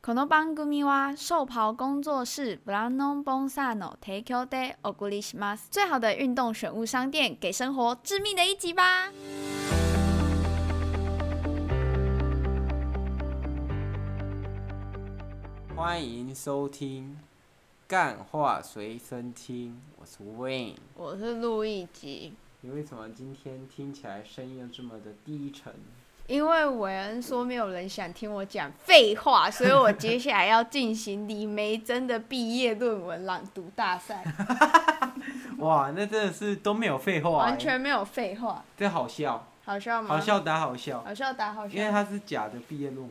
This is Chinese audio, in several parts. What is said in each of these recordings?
この番組は寿袍工作室ブランドボンサーの提供でお送りします。最好的运动选物商店，给生活致命的一击吧！欢迎收听《干话随身听》，我是 Wayne。我是录一集，你为什么今天听起来声音又这么的低沉？因为韦恩说没有人想听我讲废话，所以我接下来要进行李梅珍的毕业论文朗读大赛，哇，那真的是都没有废话、欸，完全没有废话，这好笑，好笑吗？好，笑打好笑，好笑打好笑因。为它是假的毕业论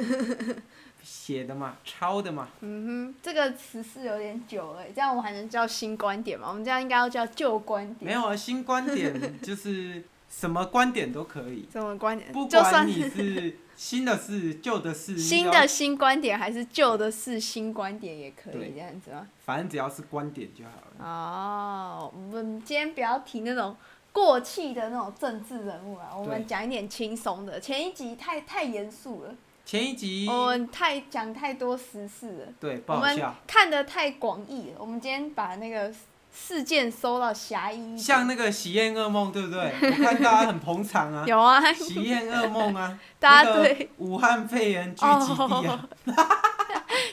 文， 写的嘛，抄的嘛，嗯哼，这个词是有点久了，这样我们还能叫新观点吗？我们这样应该要叫旧观点。没有啊，新观 点就是什么观点都可以，什么观点？不呃就算管你是 新的事、旧的事，你只新要的，新观点还是旧的是新观点也可以对这样子吗？反正只要是观点就好了。哦，我们今天不要提那种过气的那种政治人物啊，我们对讲一点轻松的。前一集太太严肃了，前一集我们太讲太多时事了，对不我好们笑，看得太广义了。我们今天把那个事件收到狭义一点，像那个喜宴噩梦，对不 对？我看大家很捧场啊，有啊，喜宴噩梦啊， 大那家个对。哦武汉肺炎聚集地啊，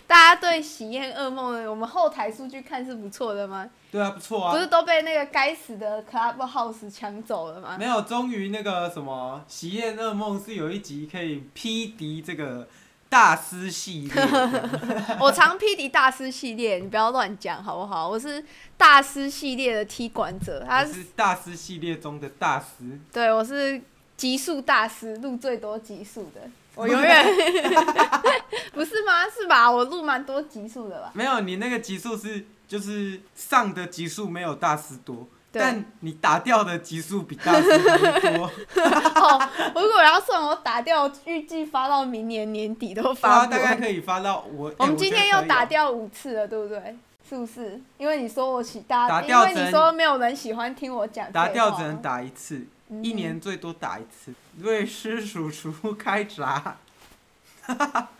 大家对喜宴噩梦的，我们后台数据看是不错的吗？对啊，不错不是啊。都被那个该死的 Clubhouse 抢走了吗没？有，终于那个什么喜宴噩梦是有一集可以匹敌这个大师系列 的，我常批敌大师系列，你不要乱讲好不好？我是大师系列的踢馆者，他是大师系列中的大师。对我是极速大师，录最多极速的，我永远 不是吗？是吧？我录蛮多极速的吧？ 没有，你那个集数是就是上的集数没有大师多，对但你打掉的集数比大师还多。哦，如果要算我打掉，预计发到明年年底都 发啊，不大概完。可以发到我。我哎们今觉天得又可以打啊掉五次了，对不对？是不是？因为你说我喜大，打因掉为你整说没有人喜欢听我讲 打废掉话只能打一次，嗯一年最多打一次。为师叔叔开闸，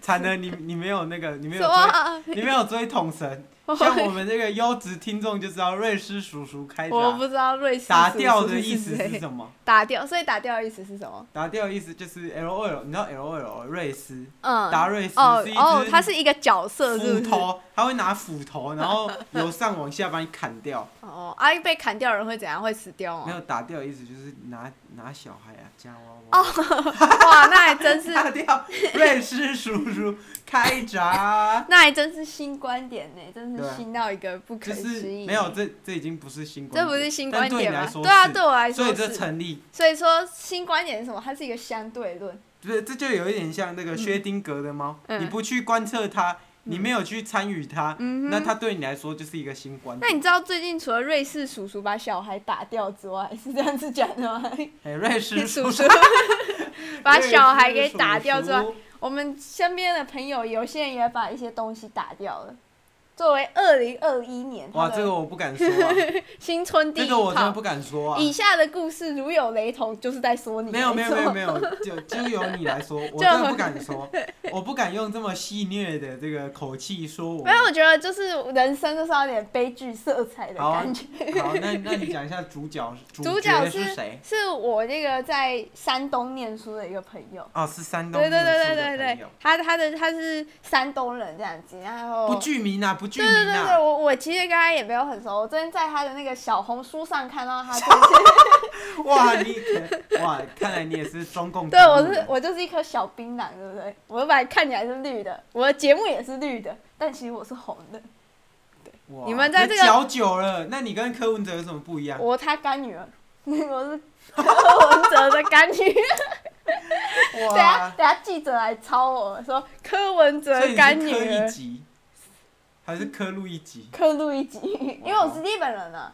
惨了，你你没有那个，你没有什么追，啊？你没有追统 神。我像我们这个优质听众就知道，瑞师叔叔开我闸不，知道瑞士打叔掉叔的意思谁是什么？打掉，所以打掉的意思是什么？打掉的意思就是 L O L，你知道 L O L 瑞斯嗯，达瑞斯哦是哦，他一是一个角色，只是不斧是？头，他会拿斧 头，然后由上往下把你砍掉。哦，啊，被砍掉的人会怎样？会死掉没吗？有打掉的意思就是拿拿小孩啊，夹娃娃。哦哇，那还 真是， 打掉瑞士叔叔开 闸，那还真是新观点呢，真对是啊新到一个不可就思议。是没有，这这已经不是新观点，这不是新观但对点你吗来？说对啊，是对我来所以说这是。成立。所以说新观点是什么？它是一个相对论。就是这就有一点像那个薛定谔的猫，嗯你不去观测它，你没有去参与它，嗯哼那它对你来说就是一个新观那你点。知道最近除了瑞士叔叔把小孩打掉之外，是这样子讲的吗？哎，瑞士叔叔叔叔 把小孩给打掉之外瑞，士叔叔我们身边的朋友有些人也把一些东西打掉了。作为二零二一年哇，他这个的我不敢说啊，新春第这一个我真的炮不，敢说啊。以下的故事如有雷同，就是在说你。没有没有错没有没有，就就由你来说，我就真的不敢说，我不敢用这么戏谑的这个口气说我 没。有，我觉得就是人生就是要有点悲剧色彩的好啊感觉。 好，那那你讲一下主角主角角是谁？是我那个在山东念书的一个朋友。哦，是山东对对念对书的对对朋对友，他他的他是山东人这样子，然后不具名啊，不具对名对对对，啊，我我其实跟他也没有很熟，我昨天在他的那个小红书上看到他就是，哇，你哇，看来你也是中共 对同我路是人我就是一颗小槟榔，对不对？我本来看起来是绿的，我的节目也是绿的，但其实我是红的，哇你们那在这个嚼久了，那你跟柯文哲有什么不一样？我他干女儿， 我是柯文哲的干女 儿，等下哇，等下记者来抄我说柯文哲所以你干是女柯一儿。吉，还是柯路一吉？克路易吉，哦因为我是日本人啊，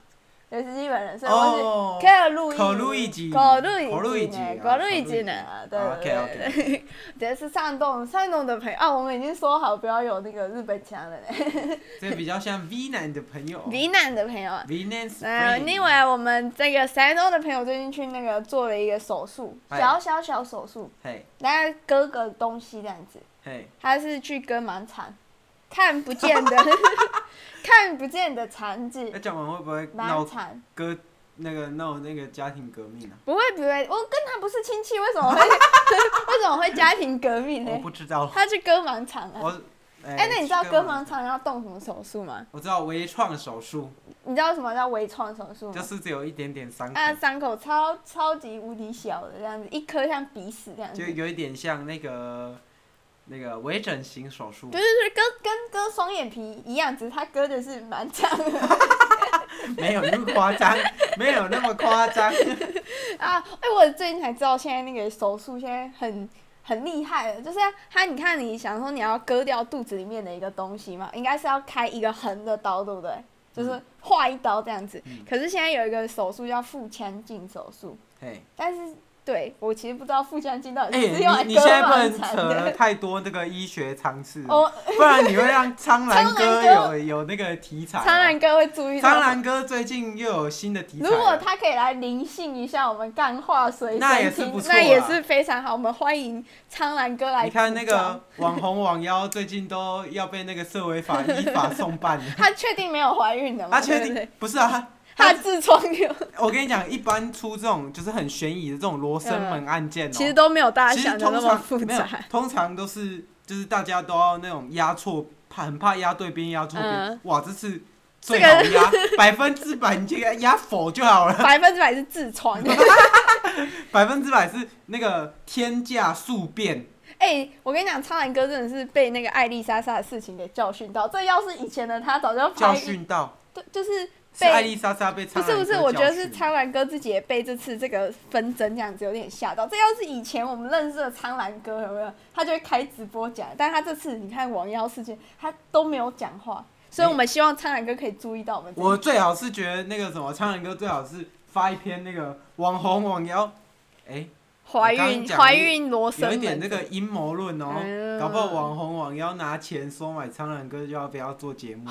我是日本人，所以我是哦，克路易可路易吉可路易可路易吉呢啊，可路易吉呢，对啊对 对对对，这是上动上动的朋友啊，我们已经说好不要有那个日本腔了呢，这比较像 V 男的朋 友云南的朋友啊。 ，V 男 s 嗯，另外我们这个山东的朋友最近去那个做了一个手术，哎小小小手术，嘿，大概割个东西这样子，嘿，他是去割盲肠，看不见 的， 看不见的残疾那，讲完会不会盲闹肠。革那个闹那个家庭革命啊？不会不会，我跟他不是亲戚，为什 么会为什么会家庭革命呢我？不知道，他去割盲肠啊！我哎、那你知道去割盲？肠要动什么手术吗？我知道微创手术你知道什么叫微创手术就吗？是只有一点点伤口，嗯啊，伤口超超级无敌小的这样子，一颗像鼻屎这样子，就对对有一点像那个那个微整形手术，对，跟跟割双眼皮一样，只是他割的是蛮长的没有那么夸张，没有那么夸张。 啊。哎、我最近才知道，现在那个手术现在很很厉害了，就是他，你看你想说你要割掉肚子里面的一个东西嘛，应该是要开一个横的刀，对不对？就是划一刀这样子。嗯可是现在有一个手术叫腹腔镜手术， 嘿，但是对我其实不知道腹腔镜到底哎、是用来你你割现在不盲能肠扯的。太多这个医学常识哦，哦，不然你会 让苍兰苍哥兰哥有有那个题材哦、苍兰哥会注意到。苍兰啊哥最近又有新的题材如了，果他可以来灵性一下我们干话随那也身是听不，错那也啦是非常好。我们欢迎苍兰哥来。。你看那个， 网红网妖最近都要被那个社违法依法送办了 他确定没有怀孕的吗？他确对不定对不是啊？他他痔疮 有，我跟你讲，一般出这种就是很悬疑的这种罗生门案件哦、嗯其实都没有大其家实想的通那常么复没有杂。，通常都是就是大家都要那种压错，怕很怕压对边压错边。嗯哇，这次这最个好 压百分之百，你这个压否就好了。百分之百是 痔疮。百分之百是那个天价速变，哎、我跟你讲，苍兰哥真的是被那个艾丽莎莎的事情给教训到。这要是以前的他，早就教拍一，训到对，就是是被艾丽莎莎被不苍是兰不是，哥我觉得教是训苍兰哥自己也被这次这个纷争这样子有点吓到。这要是以前我们认识的苍兰哥有没有，他就会开直播讲，但他这次你看王妖事件，他都没有讲话，所以我们希望苍兰哥可以注意到我们这一。我最好是觉得那个什么，苍兰哥最好是发一篇那个网红网谣，哎、怀我刚刚孕讲怀孕罗生有门，一点那个阴谋论哦，嗯搞不好网红网谣拿钱收买苍兰哥，就要不要做节目？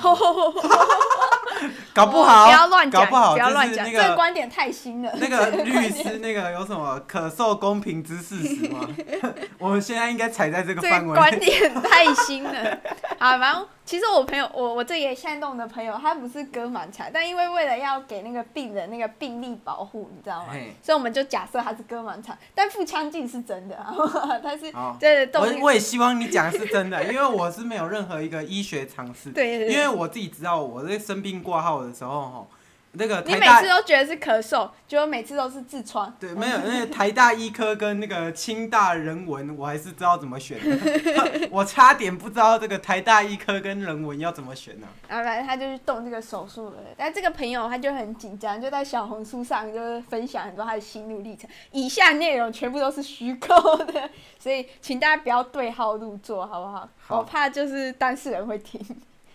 搞不哦好，不要乱搞讲，不好不要就乱是讲，那这个个观点太新了。 那个律师那个有什么可受公平之事实吗？ 我们现在应该踩在这个这范个围观内。点太 新了。好，反正其实我朋友，我我这也山洞的朋友，他不是割盲肠，但因为为了要给那个病人那个病例保护，你知道吗嘿？所以我们就假设他是割盲肠，但腹腔镜是真 的，啊，他是好对动我我也希望你讲的是真的，因为我是没有任何一个医学常识，对对因对。为我自己知道我在生病挂号的时候，吼，那个你台每大次都觉得是咳嗽，结果每次都是痔疮。对，没有，那个台大医科跟那个清大人文，我还是知道怎么选 的。我差点不知道这个台大医科跟人文要怎么选呢、然后反正他就去动这个手术了。但这个朋友他就很紧张，就在小红书上就是分享很多他的心路历程。以下内容全部都是虚构的，所以请大家不要对号入座，好不好？好我怕就是当事人会听。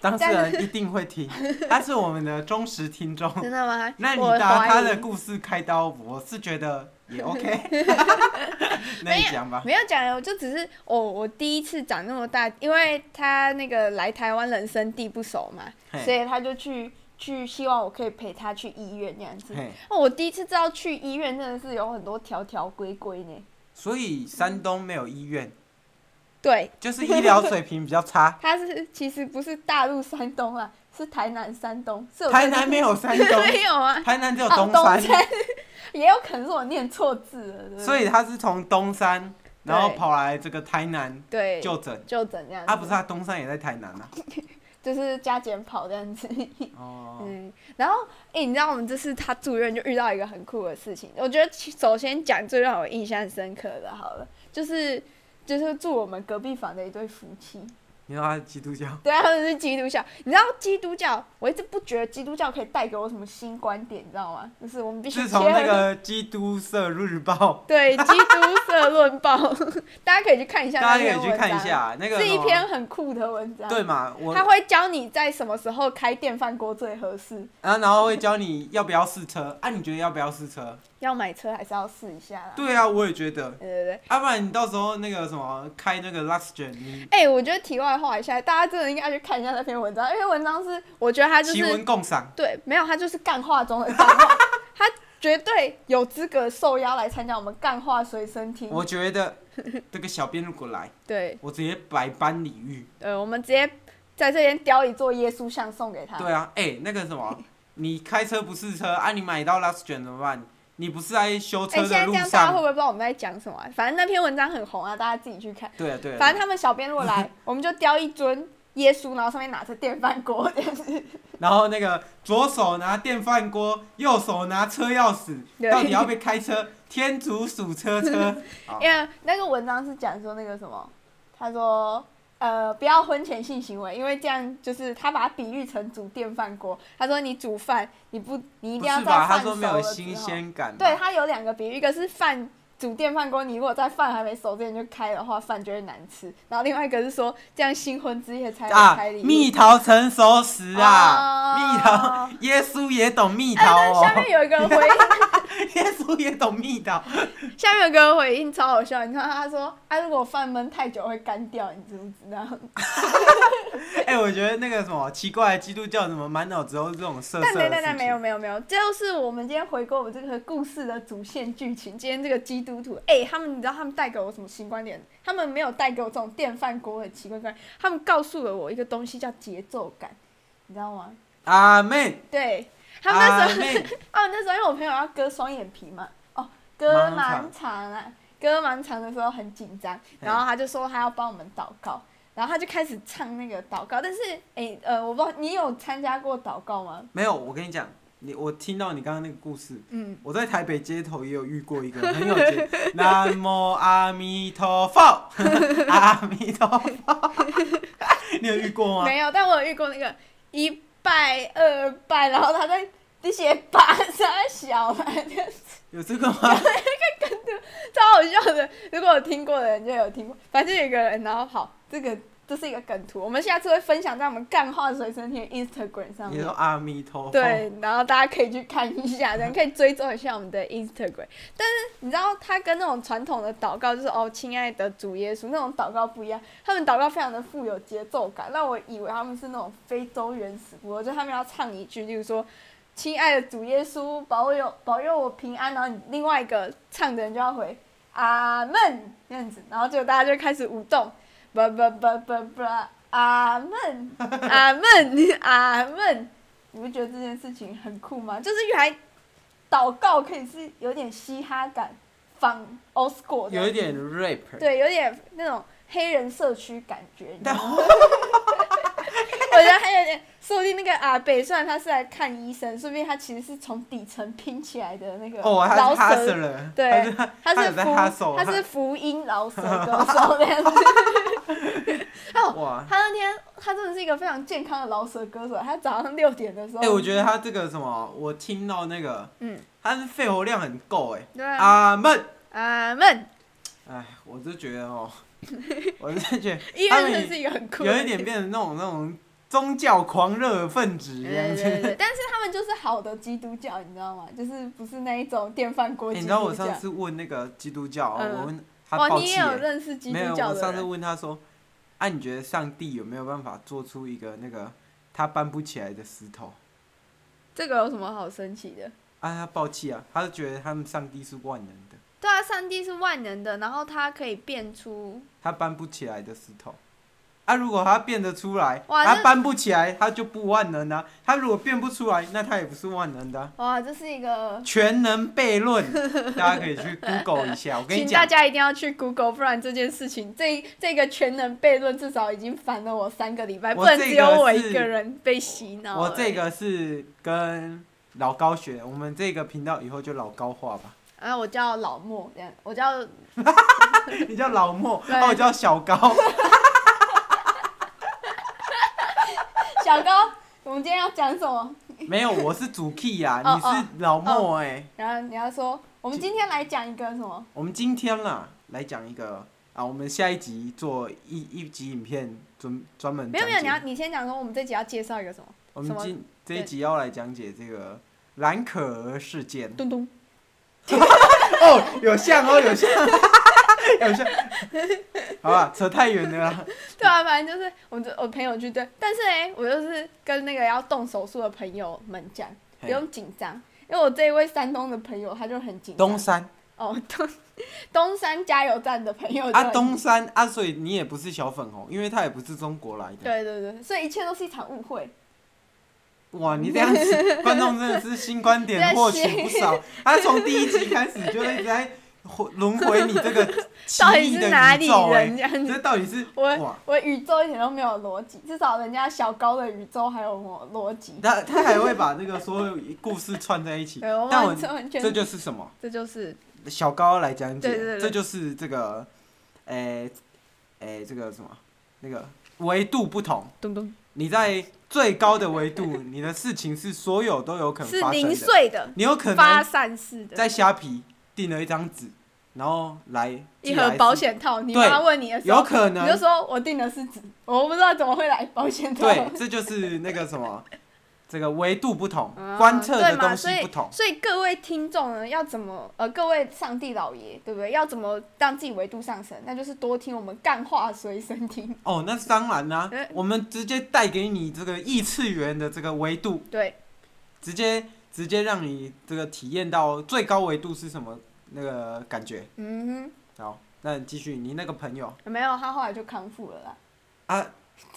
当事人一定会听，他是我们的忠实听 众。真的吗？那你我打他怀的疑。故事开刀，我是觉得也 OK。那你讲吧。没有讲，我就只是我、我第一次长那么大，因为他那个来台湾人生地不熟嘛，嘿所以他就去去希望我可以陪他去医院这样子。嘿，哦，我第一次知道去医院真的是有很多条条规规呢。所以山东没有医院，对，。就是医疗水平比较差它是其实不是大陆山东啊，是台南山东， 是我台南没有山东， 没有啊，台南只有哦东山， 也有可能是我念错字了，对不对所以他是从东山，然后嗯对跑来这个台南对就诊。就怎样啊，不是，啊，他东山也在台南啊。就是加减跑这样子。哦， 嗯，然后诶、你知道我们这次他住院就遇到一个很酷的事情，我觉得其首先讲最让我印象深刻的，好了，就是就是住我们隔壁房的一对夫妻，你说他是基督 教？对，他们是基督教。你知道基督教，我一直不觉得基督教可以带给我什么新观点，你知道吗？就是我们必须自从结合那个《基督社日报 对，《基督社论报》， 大家可以去 看一》，下那大家可篇以去文章，看一下那个是一什么篇很酷的文章。对，嘛，我他会教你在什么时候开电饭锅最合适，然后然后会教你要不要试车啊？你觉得要不要试车？要买车还是要试一下啦。对啊，我也觉得，对对对。要不然你到时候那个什么开那个 Luxgen，你哎、我觉得题外话一下，大家真的应该去看一下那篇文章，因为文章是我觉得他就奇是闻共赏。对，没有他就是干话中的干话，他绝对有资格受邀来参加我们干话随身听。我觉得这个小编如果来，对，我直接百般礼遇。对，我们直接在这边雕一座耶稣像送给他。对啊，哎、那个什么，你开车不试车啊？你买到 last 卷怎么办？你不是在修哎、车现在的这路样大家会上？不会不知道我们在讲什么啊、反正那篇文章很红啊，大家自己去看。对啊，对啊，反正他们小编如 果来，我们就雕一尊耶稣，然后上面拿着电饭锅。然后那个左手拿电饭锅，右手拿车钥匙，对到底要不要开车？天竺鼠车车，好因为那个文章是讲说那个什么，他说呃不要婚前性行为，因为这样就是他把它比喻成煮电饭锅。他说你煮饭你不 你一不定要是在吧？饭他说熟了没有之后新。鲜感。对，，他有两个比喻，一个是饭煮电饭锅，你如果在饭还没熟之前就开的话，饭就会难吃。然后另外一个是说这样新婚之夜才能啊开礼，物。蜜桃成熟时啊，哦蜜桃，耶稣也懂蜜哎，桃那下哦，面有一个回应 耶稣也懂蜜桃。下面有个回应超好笑，你看他说：“啊，如果饭焖太久会干掉，你知不知道哎、我觉得那个什么奇怪，基督教怎么满脑子都是这种？”色但色没的但但事没有情？没有没有，这就是我们今天回归我们这个故事的主线剧情。今天这个基督徒，哎、他们你知道他们带给我什么新观点？他们没有带给我这种电饭锅的奇怪观点，他们告诉了我一个东西叫节奏感，你知道吗？阿妹，对他们那阿时候啊妹， 哦，那时候因为我朋友要割双眼皮嘛，哦，割盲肠啊，割盲肠的时候很紧张，然后他就说他要帮我们祷告，然后他就开始唱那个祷告，但是诶，呃，我不知道你有参加过祷告吗？没有，我跟你讲，你我听到你刚刚那个故事，嗯，我在台北街头也有遇过一个很有节，南无阿弥陀佛， 阿弥陀佛， 你有遇过吗？没有，但我有遇过那个一拜二拜，然后他在那些把杀小 来的。有这个吗？超好笑的。如果有听过的人就有听过，反正有一个人，然后好，这个这是一个梗图，我们下次会分享在我们干话随身听的 Instagram 上你面说。阿弥陀佛，对，然后大家可以去看一下，然后可以追踪一下我们的 Instagram。但是你知道，它跟那种传统的祷告，就是哦，亲爱的主耶稣那种祷告不一样，他们祷告非常的富有节奏感，让我以为他们是那种非洲原始部落，就他们要唱一句，例如说。亲爱的主耶稣，保佑保佑我平安。然后你另外一个唱的人就要回阿门这样子，然后就大家就开始舞动，叭叭叭叭叭，阿门 阿门阿门。你不觉得这件事情很酷吗？就是原来祷告可以是有点嘻哈感，仿 old school，的有一点 rap，对，有点那种黑人社区感觉。 你知道吗哦我觉得还有点，说不定那个阿北，虽然他是来看医生，说不定他其实是从底层拼起来的那个哦，他饶是哈舌瑟了，对他是他他是有在福，哈手他是福音老手歌手那样子。哦， 哇，他那天他真的是一个非常健康的老舌歌手，他早上六点的时候，哎、我觉得他这个什么，我听到那个，嗯，他是肺活量很够哎、对啊，阿门。阿门，哎，我就觉得哦，我是觉医得他院真的是们一个很酷的有一点变成那种那种宗教狂热分子一样对子。对对，但是他们就是好的基督教，你知道吗？就是不是那一种电饭锅哎基你知督教。道我上次问那个基督教哦，嗯我问他哦，抱你也歉、有认识基督没有，教我的上次人？问他说，啊，你觉得上帝有没有办法做出一个那个他搬不起来的石头？这个有什么好神奇的？啊，他抱歉啊，他就觉得他们上帝是万能的，对啊，上帝是万能的，然后他可以变出他搬不起来的石头。啊，如果他变得出来，哇他那搬不起来，他就不万能啊。他如果变不出来，那他也不是万能的啊、哇，这是一个，全能悖论， 大家可以去 Google 一下。我跟你请大讲，家一定要去 Google，不然这件事情这这个全能悖论至少已经烦了我三个礼拜，我不能这只个有我一是个人被洗脑而已。我这个是跟老高学的，我们这个频道以后就老高化 吧。啊，我叫老莫，这样我叫你叫老莫，对哦，我叫小高。 小高。我们今天要讲什么？没有，我是主 key 呀、哦你是老莫哎、然后你要说，我们今天来讲一个什么？我们今天啦，来讲一个啊，我们下一集做一一集影片专专门没有没有，讲你解要你先讲说我们这集要介绍一个什么？我们什么今这一对集要来讲解这个蓝可儿事件。咚咚，哦，有像哦，有像， 有像。好吧，扯太远了 啦。对啊，反正就是我这我朋友去对，但是哎、我就是跟那个要动手术的朋友们讲，不嘿用紧张，因为我这一位山东的朋友他就很紧张东，山，哦， 东东山加油站的朋友就啊，很东山啊，所以你也不是小粉红，因为他也不是中国来的。对对对，所以一切都是一场误会。哇，你这样 子，观众真的是新观点获取不少。他从第一集开始就一直在回轮回你这个奇到底异是的哪宇里宙哎、人这样 子？这到底是我哇？我宇宙一点都没有逻辑，至少人家小高的宇宙还有我逻辑。他他还会把那个所有故事串在一起，对，我但我完全完全这就是什么？这就是小高来讲解，对对对这就是这个，诶、诶、这个什么，那个维度不同。咚咚，你在最高的维度， 你的事情是所有都有可能是发生零的。碎的，你有可发能散式的，在虾皮订了一张纸，然后来一寄来盒是保，险套。你对妈问你的时候，有可你就能说我订的是纸，我不知道怎么会来保险套。对，这就是那个什么，这个维度不同，啊观测对的嘛东所以西不同。所以各位听众呢，要怎么呃，各位上帝老爷，对不对？要怎么让自己维度上升？那就是多听我们干话随身听。哦，那是当然啦、对我们直接带给你这个异次元的这个维度，对，直接直接让你这个体验到最高维度是什么那个感觉。嗯好，那你继续，你那个朋友哼，没有，他后来就康复了啦。啊，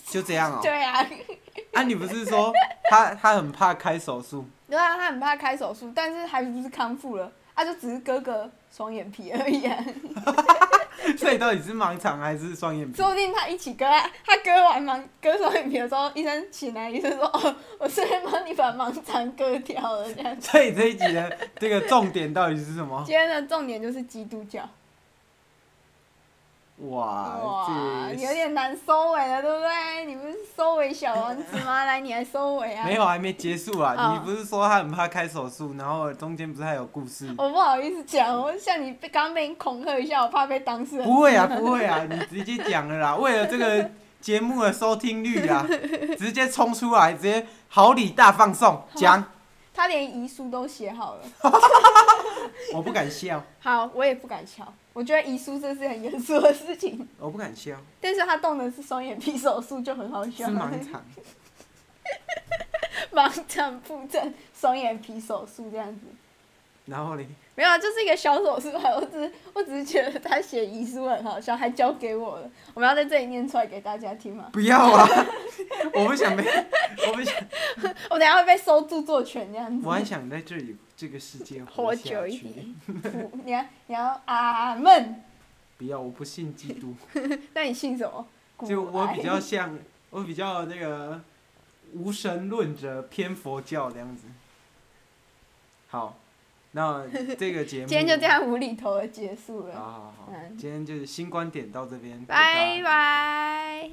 就这样哦、对啊，啊，你不是说他他很怕开手 术？对啊，他很怕开手术，但是还不是康复了，他就只是割个双眼皮而已啊。所以到底是盲肠还是双眼皮？说不定他一起割啊，他割完盲割双眼皮的时候，医生醒来，医生说：“哦，我顺便帮你把盲肠割掉了。”这样。所以这一集的这个重点到底是什 么？今天的重点就是基督教。哇，哇，有这点难收尾了，对不对？你不是收尾小王子吗？来，你来收尾啊！没有，还没结束啊！哦你不是说他很怕开手术，然后中间不是还有故事？我不好意思讲，我像你被刚被你恐吓一下，我怕被当 事人。不会啊，不会啊，你直接讲了啦。为了这个节目的收听率啊，直接冲出来，直接好礼大放送，讲，他连遗书都写好了，我不敢笑，好，我也不敢瞧。我觉得遗书这是很严肃的事情，我不敢笑，但是他动的是双眼皮手术，就很好是笑。盲肠。盲肠布阵双眼皮手术这样子，然后嘞，没有，啊，就是一个小手术啊。我只是我只是觉得他写遗书很好笑，还交给我了。我们要在这里念出来给大家听吗？不要啊，我不想被，我不想， 我等一下会被收著作权这样子。我还想在这里这个世界活下久一去点。不 你要你要阿门，不要，我不信基督，那你信什么？古就我比较来像，我比较那个无神论者偏佛教这样子。好，那这个节目今天就这样无厘头的结束了，好好好，嗯今天就是新观点到这边，拜。拜。